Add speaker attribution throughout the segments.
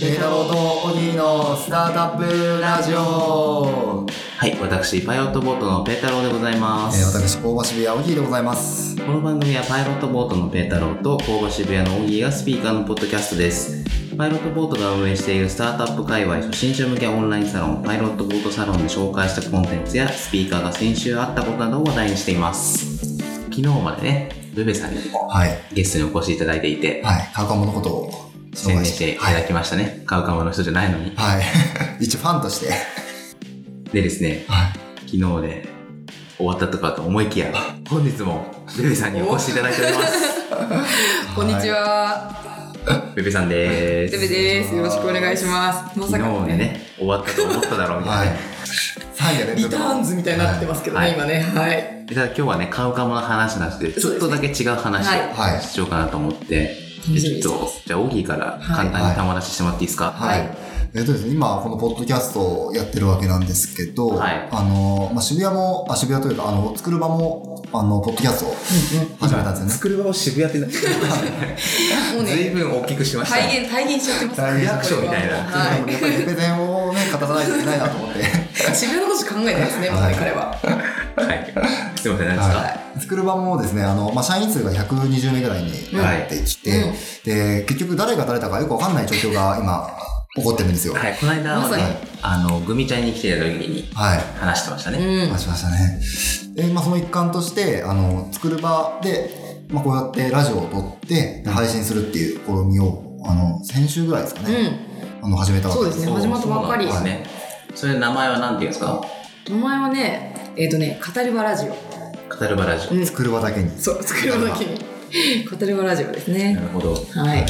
Speaker 1: ペタロとオギーのスタートアップラジオ、
Speaker 2: はい、私、パイロットボートのペータローでございま
Speaker 1: え
Speaker 2: す。
Speaker 1: ー、私香ばし部屋オギーでございます
Speaker 2: この番組はパイロットボートのペータローと工場渋谷のオギーがスピーカーのポッドキャストです。パイロットボートが運営しているスタートアップ界隈初心者向けオンラインサロン、パイロットボートサロンで紹介したコンテンツやスピーカーが先週あったことなどを話題にしています。昨日までね、ルベさんに
Speaker 1: はい
Speaker 2: ゲストにお越しいただいていて、
Speaker 1: はいカウカモのことを紹
Speaker 2: 宣伝
Speaker 1: 介
Speaker 2: してい
Speaker 1: は
Speaker 2: ただ
Speaker 1: い、
Speaker 2: きましたね。カウカモの人じゃないのに。
Speaker 1: はい、 一ファンとして
Speaker 2: でですね、
Speaker 1: は
Speaker 2: 昨日で終わったとかと思いきや、本日もルベさんにお越しいただいております。
Speaker 3: こんにちは、
Speaker 2: ルベさんでーす。
Speaker 3: デベです。よろしくお願いします。ま
Speaker 2: 昨
Speaker 3: さかの
Speaker 2: 日でね、終わったと思っただろうみた
Speaker 1: はいい
Speaker 2: な。
Speaker 1: 3夜連
Speaker 3: リ
Speaker 1: 続
Speaker 3: ターンズみたいになってますけどね、
Speaker 2: はい
Speaker 3: 今ね。はい。
Speaker 2: でただ今日はね、カウカモの話なしで、ちょっとだけ違う話
Speaker 3: は
Speaker 2: を
Speaker 1: はい
Speaker 2: しようかなと思って、
Speaker 3: 楽
Speaker 2: で
Speaker 3: しみ
Speaker 2: ちょっ
Speaker 3: にしてま
Speaker 2: と
Speaker 3: す。、
Speaker 2: じゃあ、オギーから簡単に玉出ししてもらっていいですか、
Speaker 1: はい、
Speaker 3: はい
Speaker 1: えっとですね、今このポッドキャストをやってるわけなんですけど、
Speaker 2: はい
Speaker 1: あのまあ、渋谷もあ渋谷というかあの作る場もあのポッドキャストを始めたんですよね
Speaker 2: 作る場を渋谷ってなって
Speaker 3: も う
Speaker 2: ずい
Speaker 3: ね、
Speaker 2: ぶん大きくしましたね。
Speaker 3: 体現、体現しちゃってます
Speaker 1: 体現し
Speaker 2: アクションみたいな
Speaker 3: は
Speaker 1: やっぱりレペゼンをね 語らないといけないなと思って
Speaker 3: い。渋谷のことしか考えてないですね、もう
Speaker 1: はい
Speaker 3: ね、彼は。
Speaker 2: はい。すいません、何ですか、
Speaker 1: はい、作る場もですねあの、まあ、社員数が120名ぐらいになってきて、
Speaker 3: うん
Speaker 1: で結局誰が誰だかよくわかんない状況が今起こってるんですよ。
Speaker 2: はい、この間、
Speaker 3: まさに
Speaker 2: あの、グミちゃんに来てた時に
Speaker 1: はい
Speaker 2: 話してました
Speaker 3: う
Speaker 2: ね。
Speaker 3: ん。
Speaker 1: 話しましたね。で、まあ、その一環として、あの、作る場で、まあ、こうやってラジオを撮って、配信するっていう試みを、あの、先週ぐらいですか
Speaker 3: う
Speaker 1: ね、
Speaker 3: ん。
Speaker 1: あの、始めたわけ
Speaker 3: そ
Speaker 1: で。
Speaker 3: うですすね、
Speaker 2: そう
Speaker 3: 始まったばっかり
Speaker 2: そう。なんですね。それ、名前は何て言うんですか
Speaker 3: 名前はね、えっとね、語り場ラジオ。
Speaker 2: 語る場ラジオ。
Speaker 3: うん
Speaker 1: 作る場だけに。
Speaker 3: そう、作る場だけに。語り場ラジオです
Speaker 2: な
Speaker 3: ね。
Speaker 2: るほど。
Speaker 3: はい。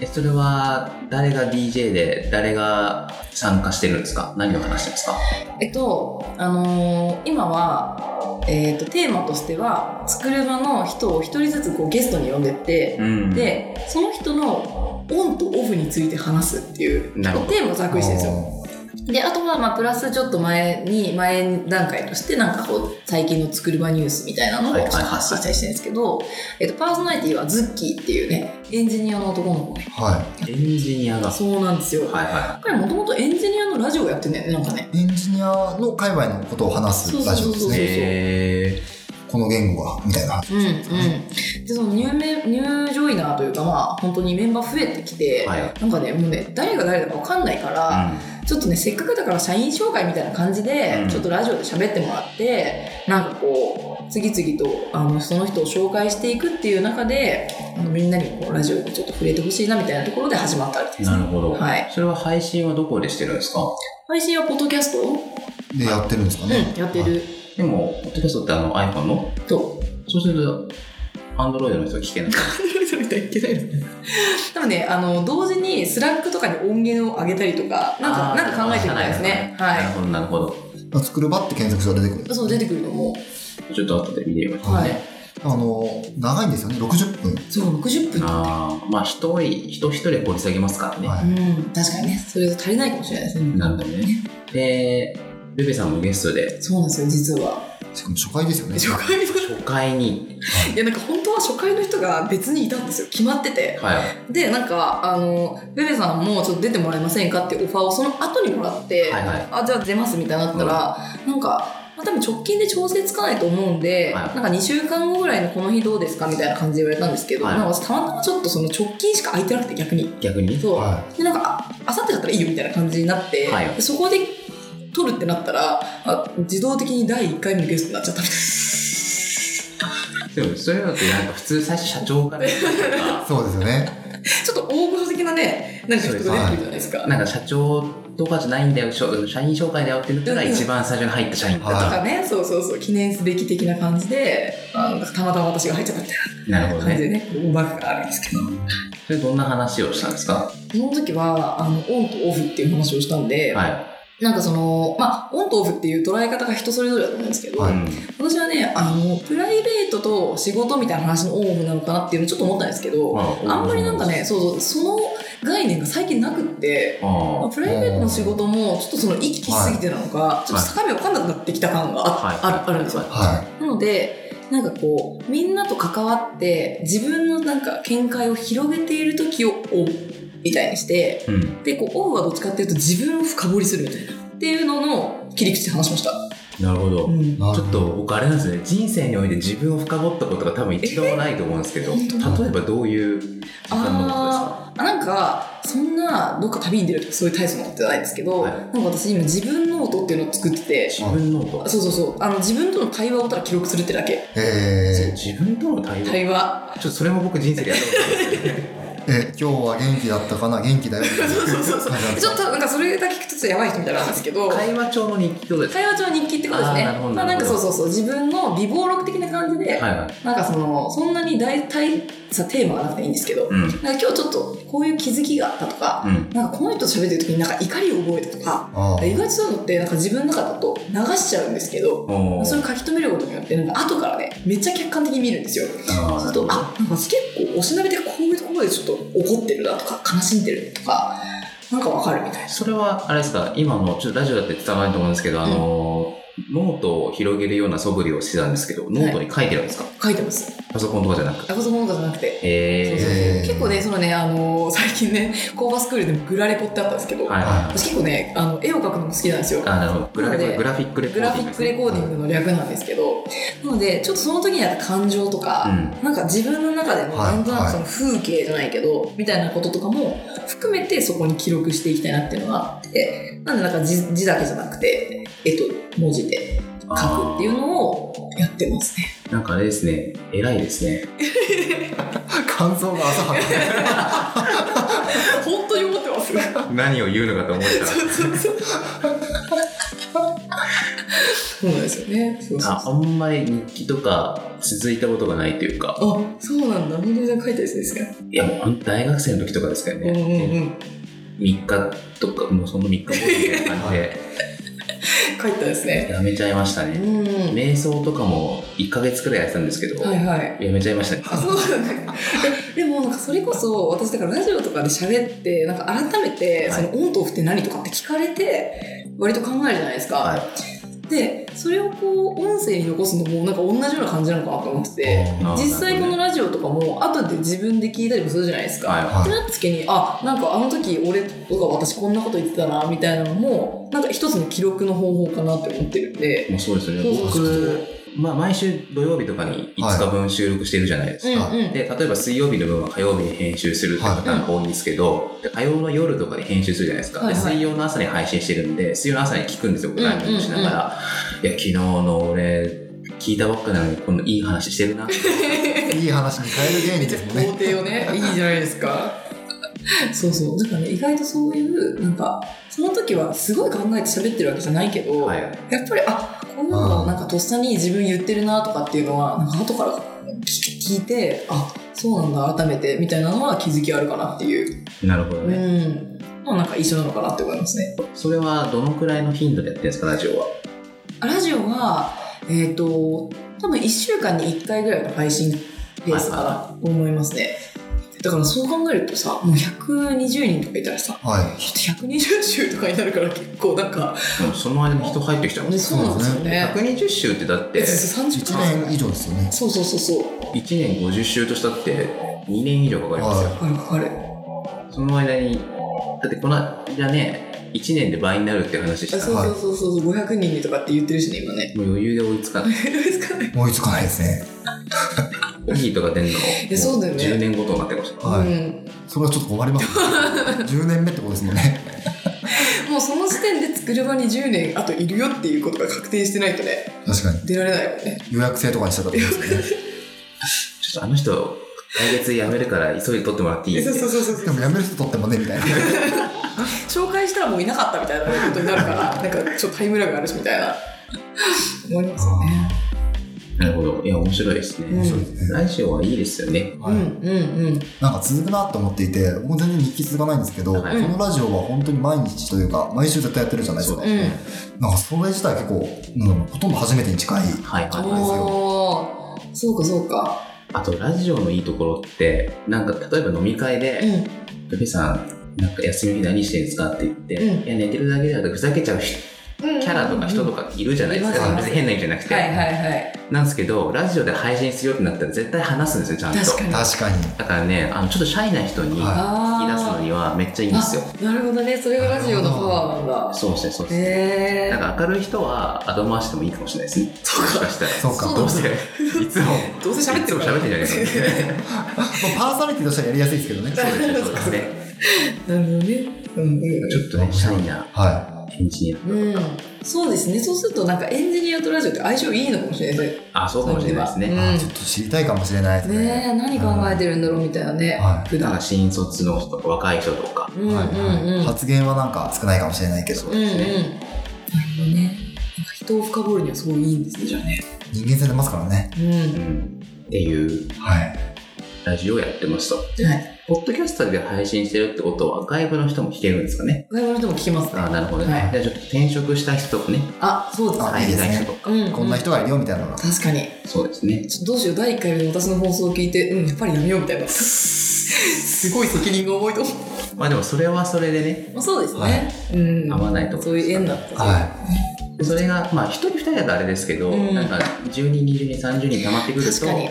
Speaker 2: えそれは誰が DJ で誰が参加してるんですか何を話してるんですか
Speaker 3: えっと、あのー今は、えっと、テーマとしては、作る場の人を一人ずつこうゲストに呼んでって、
Speaker 2: ん
Speaker 3: でその人のオンとオフについて話すっていう
Speaker 2: なるほど
Speaker 3: テーマをざっくりしてるんですよであとはまあプラスちょっと前に前段階としてなんかこう最近の作る場ニュースみたいなのを
Speaker 2: はい
Speaker 3: ち
Speaker 2: は
Speaker 3: ょ
Speaker 2: い
Speaker 3: っ
Speaker 2: はい
Speaker 3: と発信したりしてるんですけど、えっと、パーソナリティはズッキーっていうねエンジニアの男の子ね
Speaker 1: は
Speaker 2: エンジニアがは
Speaker 3: そうなんですよ、
Speaker 2: いは
Speaker 3: 彼もともとエンジニアのラジオやってんだよねなんかね
Speaker 1: い。エンジニアの界隈のことを話すラジオです
Speaker 3: そうそうそうそう
Speaker 2: い
Speaker 1: ね。
Speaker 2: へ
Speaker 1: この言語が、みたいな。
Speaker 3: うんうんでその入め入場イナーというかまあ本当にメンバー増えてきて、
Speaker 2: ーはい
Speaker 3: なんかねもうね誰が誰だか分かんないから、ちょっとねせっかくだから社員紹介みたいな感じで、
Speaker 2: うん
Speaker 3: ちょっとラジオで喋ってもらってなんかこう次々とあのその人を紹介していくっていう中であのみんなにこうラジオでちょっと触れてほしいなみたいなところで始まったわけ
Speaker 2: う
Speaker 3: で
Speaker 2: ん、
Speaker 3: す
Speaker 2: なるほど、
Speaker 3: はい
Speaker 2: それは配信はどこでしてるんですか
Speaker 3: 配信はポッドキャスト、
Speaker 1: で、やってるんですかね。
Speaker 3: やってる
Speaker 2: でもポッドキャストってあの iPhone の
Speaker 3: と
Speaker 2: そうすると Android の人は聞けない
Speaker 3: みたいけないですね多分ねあの同時にスラックとかに音源を上げたりとかなんか
Speaker 2: あー
Speaker 3: なんか考えてみたいですね
Speaker 2: な
Speaker 3: は
Speaker 2: るほどなるほど
Speaker 1: はい。作る場って検索したら出てくる。
Speaker 3: いそう出てくるのも
Speaker 2: ちょっと後で見てみましょうね、
Speaker 3: はい
Speaker 1: あの、長いんですよね。60分。
Speaker 3: そう60分だっ
Speaker 2: あーまあ一人人一人掘り下げますからね、
Speaker 1: は
Speaker 3: てうん確かにねそれ足りないかもしれないですね
Speaker 2: なるほどねでルベさんもゲストで
Speaker 3: そうなんですよ実は
Speaker 1: しかも初回ですよね。
Speaker 3: 初回の
Speaker 2: 初回に
Speaker 3: いやなんか本当は初回の人が別にいたんですよ決まってて
Speaker 2: はい
Speaker 3: でなんかあのベベさんもちょっと出てもらえませんかっていうオファーをその後にもらって、
Speaker 2: はいはい
Speaker 3: あじゃあ出ますみたいになったら、なんか、まあ、多分直近で調整つかないと思うんで、
Speaker 2: はい
Speaker 3: なんか2週間後ぐらいのこの日どうですかみたいな感じで言われたんですけど、
Speaker 2: はい
Speaker 3: なんか私たまたまちょっとその直近しか空いてなくて逆に
Speaker 2: 逆に
Speaker 3: そう、
Speaker 1: は
Speaker 3: でなんかああさってだったらいいよみたいな感じになって、
Speaker 2: はい
Speaker 3: でそこで取るってなったらあ自動的に第1回目のゲストになっちゃったみたい
Speaker 2: でもそういうのってなんか普通最初社長から言ったりとか
Speaker 1: そうですよね。
Speaker 3: なちょっと大御所的なねなんか人が出てくるじゃないです か。
Speaker 2: なんか社長とかじゃないんだよしょ社員紹介だよって言ったら一番最初に入った社員だった、
Speaker 1: は
Speaker 3: とかね、そうそうそう記念すべき的な感じであのたまたま私が入っちゃったみたい
Speaker 2: なるほ
Speaker 3: な
Speaker 2: ど
Speaker 3: 感じで
Speaker 2: ね
Speaker 3: ねおバカがあるんですけど
Speaker 2: それどんな話をしたんですか
Speaker 3: その時はあのオンとオフっていう話をしたんで、
Speaker 2: は
Speaker 3: なんかそのまあオンとオフっていう捉え方が人それぞれだと思うんですけど、
Speaker 2: い、
Speaker 1: は
Speaker 2: うん
Speaker 3: 私はねあのプライベートと仕事みたいな話のオンオフなのかなっていうのをちょっと思ったんですけど、
Speaker 2: ま
Speaker 3: あんまりなんかねそうそうその概念が最近なくって。
Speaker 2: あー
Speaker 3: プライベートの仕事もちょっとその行き来しすぎてなのか、ちょっと境目分かんなくなってきた感があ,、あるあるんですよ
Speaker 1: は
Speaker 3: なのでなんかこうみんなと関わって自分のなんか見解を広げている時をオンみたいにして、
Speaker 2: うん。
Speaker 3: で、こう、オフはどっちかっていうと自分を深掘りするみたいな。っていうのの切り口で話しました。
Speaker 2: なるほど。
Speaker 3: ん
Speaker 1: な
Speaker 2: ちょっと僕あれなんですね人生において自分を深掘ったことが多分一度もないと思うんですけど
Speaker 3: え本
Speaker 2: 例えばどういう時間のことですか
Speaker 3: あーなんかそんなどっか旅に出るとかそういう大層なことじゃないんですけど、
Speaker 2: はい
Speaker 3: なんか私今自分ノートっていうのを作ってて
Speaker 2: 自分ノート
Speaker 3: そうそうそうあの自分との対話をただ記録するってだけ
Speaker 1: え
Speaker 2: 自分との対話
Speaker 3: 対話
Speaker 2: ちょっとそれも僕人生でやったことないです
Speaker 1: ー、え、今日は元気だったかな元気だよみたいな感じなんで
Speaker 3: ち
Speaker 1: す
Speaker 3: ょっ
Speaker 1: か
Speaker 3: となんかそれだけ聞くとちょっとやばい人みたいなんですけど
Speaker 2: 会話帳の日記ってことです
Speaker 3: 会話帳日記ってことですね
Speaker 2: あーなるほど
Speaker 3: ま
Speaker 2: な
Speaker 3: あ、なん
Speaker 2: る
Speaker 3: か
Speaker 2: ほど
Speaker 3: そうそうそう自分の微暴録的な感じで、
Speaker 2: かはいはい
Speaker 3: なんかそのそんなに大体さテーマがなくていいんですけど、
Speaker 2: うん
Speaker 3: なんか今日ちょっとこういう気づきがあったとか、
Speaker 2: うん
Speaker 3: なんかこの人と喋ってる時になんか怒りを覚えたとか
Speaker 1: あ
Speaker 3: 意外とそういうのってなんか自分の中だと流しちゃうんですけど
Speaker 2: おー
Speaker 3: それを書き留めることによってなんか後からねめっちゃ客観的に見るんですよそうす
Speaker 2: あ
Speaker 3: るとあなんか私結構おしなべてこういうところでちょっと怒ってるなとか悲しんでるとかなんかわかるみたい
Speaker 2: ーそれはあれですか今のちょっとラジオだって伝わらないと思うんですけど、あのーノートを広げるような素振りをしてたんですけどノートに書いてるんですか、
Speaker 3: な書いてます
Speaker 2: パソコンとかじゃなくて
Speaker 3: あこそものかじゃなくてそうそう
Speaker 2: え
Speaker 1: えー
Speaker 3: 結構ねそのねあのー最近ね工場スクールでもグラレコってあったんですけど、
Speaker 2: ー、はいはい
Speaker 3: 私結構ねあの絵を描くのも好きなんですよ
Speaker 2: あなるほどグラ
Speaker 3: なので
Speaker 2: グラフィックレコー
Speaker 3: グ
Speaker 2: ディ
Speaker 3: ラ
Speaker 2: ング
Speaker 3: フィ
Speaker 2: で
Speaker 3: ッ
Speaker 2: す
Speaker 3: ク
Speaker 2: ね
Speaker 3: レコーディングの略なんですけど、なので、ちょっとその時にあった感情とか、
Speaker 2: う
Speaker 3: なんか自分の中でも
Speaker 1: はい
Speaker 3: なんとなくその風景じゃないけど、みたいなこととかも含めてそこに記録していきたいなっていうのがあって、なんでなんか字字だけじゃなくて、絵と文字で書くっていうのをやってますね。
Speaker 2: なんかあれですね、偉いですね。
Speaker 1: 感想が浅はかった。
Speaker 3: 本当に思ってます。
Speaker 2: 何を言うのかと思った
Speaker 3: そうなんですよね。そうそう
Speaker 2: あ
Speaker 3: そう
Speaker 2: あんまり日記とか続いたことがないというか、
Speaker 3: あ、そうなんだ。みんな書いたやつですか。
Speaker 2: いやもうほんと大学生の時とかですから
Speaker 3: うんうんう
Speaker 2: ね、
Speaker 3: ん。
Speaker 2: 三3日とか、もうその3日後みたいな感じで、
Speaker 3: 書いたですね。
Speaker 2: やめちゃいました
Speaker 3: う
Speaker 2: ね。
Speaker 3: ん。
Speaker 2: 瞑想とかも1ヶ月くらいやってたんですけど、
Speaker 3: はいはい。
Speaker 2: やめちゃいましたね。
Speaker 3: あそうなんだえでもなんかそれこそ私だからラジオとかで喋ってなんか改めて
Speaker 2: は
Speaker 3: そ
Speaker 2: い
Speaker 3: のオンとオフって何とかって聞かれて割と考えるじゃないですか、
Speaker 2: は
Speaker 3: でそれをこう音声に残すのもなんか同じような感じなのかなと思ってて
Speaker 2: あー
Speaker 3: 実際この
Speaker 2: なる
Speaker 3: ラジオとかも後で自分で聞いたりもするじゃないです
Speaker 2: ほどね
Speaker 3: か、
Speaker 2: は
Speaker 3: っ
Speaker 1: は
Speaker 3: て
Speaker 1: い
Speaker 3: なった時にあなんかあの時俺とか私こんなこと言ってたなみたいなのもなんか一つの記録の方法かなって思ってるん
Speaker 2: い。
Speaker 3: で
Speaker 2: もうそうですよね。
Speaker 3: そうそうそう
Speaker 2: 僕、まあ毎週土曜日とかに5日分収録してるじゃないですか。
Speaker 1: あ
Speaker 3: うんうん
Speaker 2: で例えば水曜日の分は火曜日に編集するってパターンが多いんですけど、で火曜の夜とかで編集するじゃないですか、
Speaker 3: はいはい
Speaker 2: で水曜の朝に配信してるんで水曜の朝に聞くんですよ僕ランニングしながら、いや昨日の俺聞いたばっかなのにこのいい話してる な
Speaker 1: いい話に変える芸
Speaker 3: め
Speaker 1: 人で
Speaker 3: っちゃ
Speaker 1: すもんね。
Speaker 3: 肯定をね、いいじゃないです か。そうそう。だからね、意外とそういう、なんか、その時はすごい考えて喋ってるわけじゃないけど、
Speaker 2: はい
Speaker 3: やっぱり、あ、こういうのをなんかとっさに自分言ってるなとかっていうのは、なんか後から聞聞いて、あ、そうなんだ、改めて、みたいなのは気づきあるかなっていう。
Speaker 2: なるほど
Speaker 3: う
Speaker 2: ね、
Speaker 3: ん。まあなんか一緒なのかなって思いますね。
Speaker 2: それはどのくらいの頻度でやってるんですかラジオは
Speaker 3: あラジオは、えっ、と、多分1週間に1回ぐらいの配信ペースか
Speaker 2: はい
Speaker 3: なと思いますね。だからそう考えるとさ、もう120人とかいたらさ、
Speaker 1: は
Speaker 3: ちょっと120週とかになるから結構なんか、
Speaker 2: でもその間に人入ってきちゃうんで
Speaker 3: ね、
Speaker 2: す
Speaker 3: そうなんですよ
Speaker 2: よ
Speaker 3: ね。
Speaker 2: 120週ってだって
Speaker 3: え、
Speaker 2: 1
Speaker 1: い。
Speaker 3: 30
Speaker 1: 1
Speaker 3: 分
Speaker 1: 年以上ですよね。
Speaker 3: そうそうそうそう。
Speaker 2: 年50週としたって2年以上かかりますよ、
Speaker 1: は
Speaker 3: あるある。
Speaker 2: その間にだってこの間ね1年で倍になるって話し
Speaker 3: あ
Speaker 2: た
Speaker 3: そうそうそうそう、500人にとかって言ってるしね、今ね。
Speaker 2: もう余裕で追いつかない。
Speaker 3: どうですかね。
Speaker 1: い。追いつかないですね。
Speaker 2: コーヒーとか出んの。
Speaker 3: やそうだよね
Speaker 2: 10年ごとになってました。
Speaker 1: はい
Speaker 3: うん、
Speaker 1: それはちょっと困ります、ね。10年目ってことですもんね。
Speaker 3: もうその時点で作る場に10年あといるよっていうことが確定してないとね
Speaker 1: 確かに。
Speaker 3: 出られないよね
Speaker 1: 予約制とかにしちゃったと思うんですけどね。
Speaker 2: ちょっとあの人、来月辞めるから急いで取ってもらっていい
Speaker 3: え
Speaker 2: って
Speaker 3: そうそうそうそうそう
Speaker 1: でも辞める人取ってもね、みたいな。
Speaker 3: 紹介したらもういなかったみたいなことになるからなんかちょっとタイムラグあるしみたいな思いますよね
Speaker 2: なるほど。いや、面白いです
Speaker 3: うん
Speaker 2: ね。
Speaker 1: 面白いですね。
Speaker 2: ラジオはいいですよね。
Speaker 1: はい
Speaker 3: うんうんうん
Speaker 1: なんか続くなと思っていて、僕も全然日記続かないんですけど、こ
Speaker 2: はい
Speaker 1: のラジオは本当に毎日というか、毎週絶対やってるじゃないです
Speaker 2: そ
Speaker 1: か
Speaker 2: う。
Speaker 3: うん
Speaker 1: なんかそれ自体結構、うん、ほとんど初めてに近い。
Speaker 2: はいはいはい。
Speaker 3: おーそうかそうか
Speaker 2: あと、ラジオのいいところって、なんか、例えば飲み会
Speaker 3: う
Speaker 2: で、
Speaker 3: ん
Speaker 2: ルフィさん、なんか休みの日何してるんですかって言って、
Speaker 3: うん
Speaker 2: いや、寝てるだけだとふざけちゃう人
Speaker 3: うん
Speaker 2: キャラとか人とかいるじゃないです
Speaker 1: い
Speaker 2: か。
Speaker 1: ます
Speaker 2: 別に変な意味じゃなくて。
Speaker 3: はいはいはい
Speaker 2: なんですけど、ラジオで配信するよってなったら絶対話すんですよ、ちゃんと。
Speaker 3: 確かに
Speaker 1: 確かに。
Speaker 2: だからね、あの、ちょっとシャイな人に聞
Speaker 3: あ
Speaker 2: き
Speaker 3: ー
Speaker 2: 出すのにはめっちゃいいんですよ。
Speaker 3: あなるほどねそれがラジオのパワーなんだ
Speaker 2: そうですね、そうですね。
Speaker 3: へえ
Speaker 2: なんか明るい人は後回しでもいいかもしれないですね。
Speaker 3: そうか
Speaker 2: もしかしたら。
Speaker 1: そうか
Speaker 3: そう
Speaker 2: どうせ、いつも、
Speaker 3: どうせ喋ってる
Speaker 2: いつ
Speaker 3: か
Speaker 2: も
Speaker 3: ら
Speaker 2: 喋ってるじゃないですか。
Speaker 1: まあパーソナリティとしてはやりやすいですけどね。
Speaker 2: そうですね、そうですね。
Speaker 3: なるほどねうんうん
Speaker 2: ちょっとね、シャイな
Speaker 1: は
Speaker 2: エンジニアとか。
Speaker 3: うん、そうですねそうするとなんかエンジニアとラジオって相性いいのかもしれないです
Speaker 2: あ、そうかもしれないです
Speaker 3: う
Speaker 1: い。
Speaker 2: ね。
Speaker 1: あーちょっと知りたいかもしれないです
Speaker 3: ねね
Speaker 1: ね。
Speaker 3: え何考えてるんだろうみたいなね、
Speaker 1: はい
Speaker 3: 普
Speaker 2: なん
Speaker 3: 段
Speaker 2: か新卒の人とか若い人とか。
Speaker 3: うんうんうん、
Speaker 1: はいはい発言はなんか少ないかもしれないけど
Speaker 2: そ、う
Speaker 3: うんうん
Speaker 2: です
Speaker 3: な
Speaker 2: ね。
Speaker 3: るほどねなんか人を深掘るにはすごいいいんですねじゃあね
Speaker 1: 人間性出ますからね。
Speaker 3: うん
Speaker 2: うん。っていう
Speaker 1: はい。
Speaker 2: ラジオをやってますと。
Speaker 3: はい
Speaker 2: ポッドキャストで配信してるってことは外部の人も聞けるんですかね。
Speaker 3: 外部の人も聞きます
Speaker 2: あ
Speaker 3: ね
Speaker 2: ーなるほどね。
Speaker 3: はい
Speaker 2: じゃあちょっと転職した人とかね、
Speaker 3: あそうです
Speaker 1: あ
Speaker 2: 入りたい人とか。
Speaker 3: うん、うん、
Speaker 1: こんな人がいるよみたいなのが。
Speaker 3: 確かに
Speaker 2: そうですね。
Speaker 3: ちょっとどうしよう第1回目の私の放送を聞いてうんやっぱりやめようみたいなすごい責任が重いと思う
Speaker 2: まあでもそれはそれでね、
Speaker 3: まあそうですね、
Speaker 1: は
Speaker 3: うん
Speaker 2: 合わないとこ
Speaker 3: そういう縁だった
Speaker 1: は
Speaker 2: でそれが、まあ、1人2人だとあれですけど、
Speaker 3: うん
Speaker 2: なんか10人20人30人溜まってくると
Speaker 3: 確かに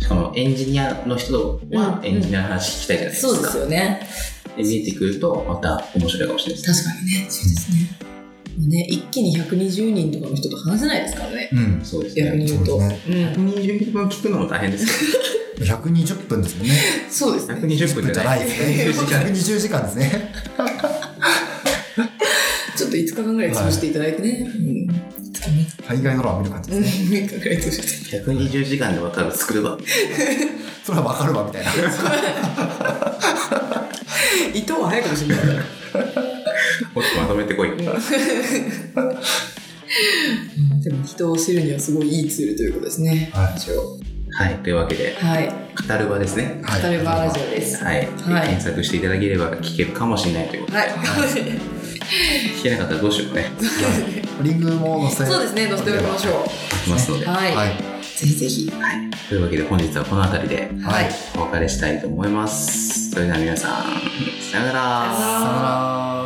Speaker 2: しかもエンジニアの人は
Speaker 3: うん
Speaker 2: エンジニアの話聞きたいじゃないですか、
Speaker 3: そうですよね
Speaker 2: で見えてくるとまた面白いかもしれないです
Speaker 3: 確かにねそうですねね一気に120人とかの人と話せないですからね
Speaker 1: い。うん。
Speaker 2: そうです
Speaker 3: 逆に
Speaker 2: ね
Speaker 3: 言うと
Speaker 1: そうです
Speaker 3: うん、
Speaker 2: 120人分聞くのも大変です
Speaker 1: 120分ですもんね。
Speaker 3: そうです
Speaker 2: けど
Speaker 3: ね
Speaker 2: 120
Speaker 1: 120
Speaker 2: 分
Speaker 1: 分
Speaker 2: じ
Speaker 1: じ
Speaker 2: ゃ
Speaker 1: ゃ
Speaker 2: な
Speaker 1: ないい
Speaker 2: で
Speaker 1: ですす
Speaker 2: ね
Speaker 1: ね。120時間ですね。
Speaker 3: ちょっと5日間ぐらい潰していただいてね、うん
Speaker 1: 海外ドラマ見る感じ
Speaker 3: う
Speaker 1: で
Speaker 3: ん
Speaker 1: すね。
Speaker 3: 3日ぐらい潰して
Speaker 2: 120時間で分かる作れば
Speaker 1: それはわかるわみたいな。
Speaker 3: 伊藤は早いかもしれないから
Speaker 2: もっとまとめてこい、
Speaker 3: うんでも人を知るにはすごいいいツールということですね。
Speaker 1: はい
Speaker 3: 一応
Speaker 2: はいというわけで
Speaker 3: はい。
Speaker 2: 語る場ですね
Speaker 1: はい
Speaker 3: 語ればラジオです。
Speaker 2: はい、
Speaker 3: はい
Speaker 2: 検索していただければ聞けるかもしれないということで、
Speaker 3: はい。
Speaker 2: 聞けなかったらどうしようかね
Speaker 1: リングも載せ
Speaker 3: そうですね、載せておきましょう。
Speaker 2: いきますので、
Speaker 3: はい。
Speaker 1: はい。
Speaker 3: ぜひぜひ。
Speaker 2: はい、というわけで本日はこの辺りで
Speaker 1: はい
Speaker 3: はい。
Speaker 2: お別れしたいと思います。それでは皆さん、さようなら。
Speaker 3: さような
Speaker 1: さ
Speaker 3: ら
Speaker 1: よなら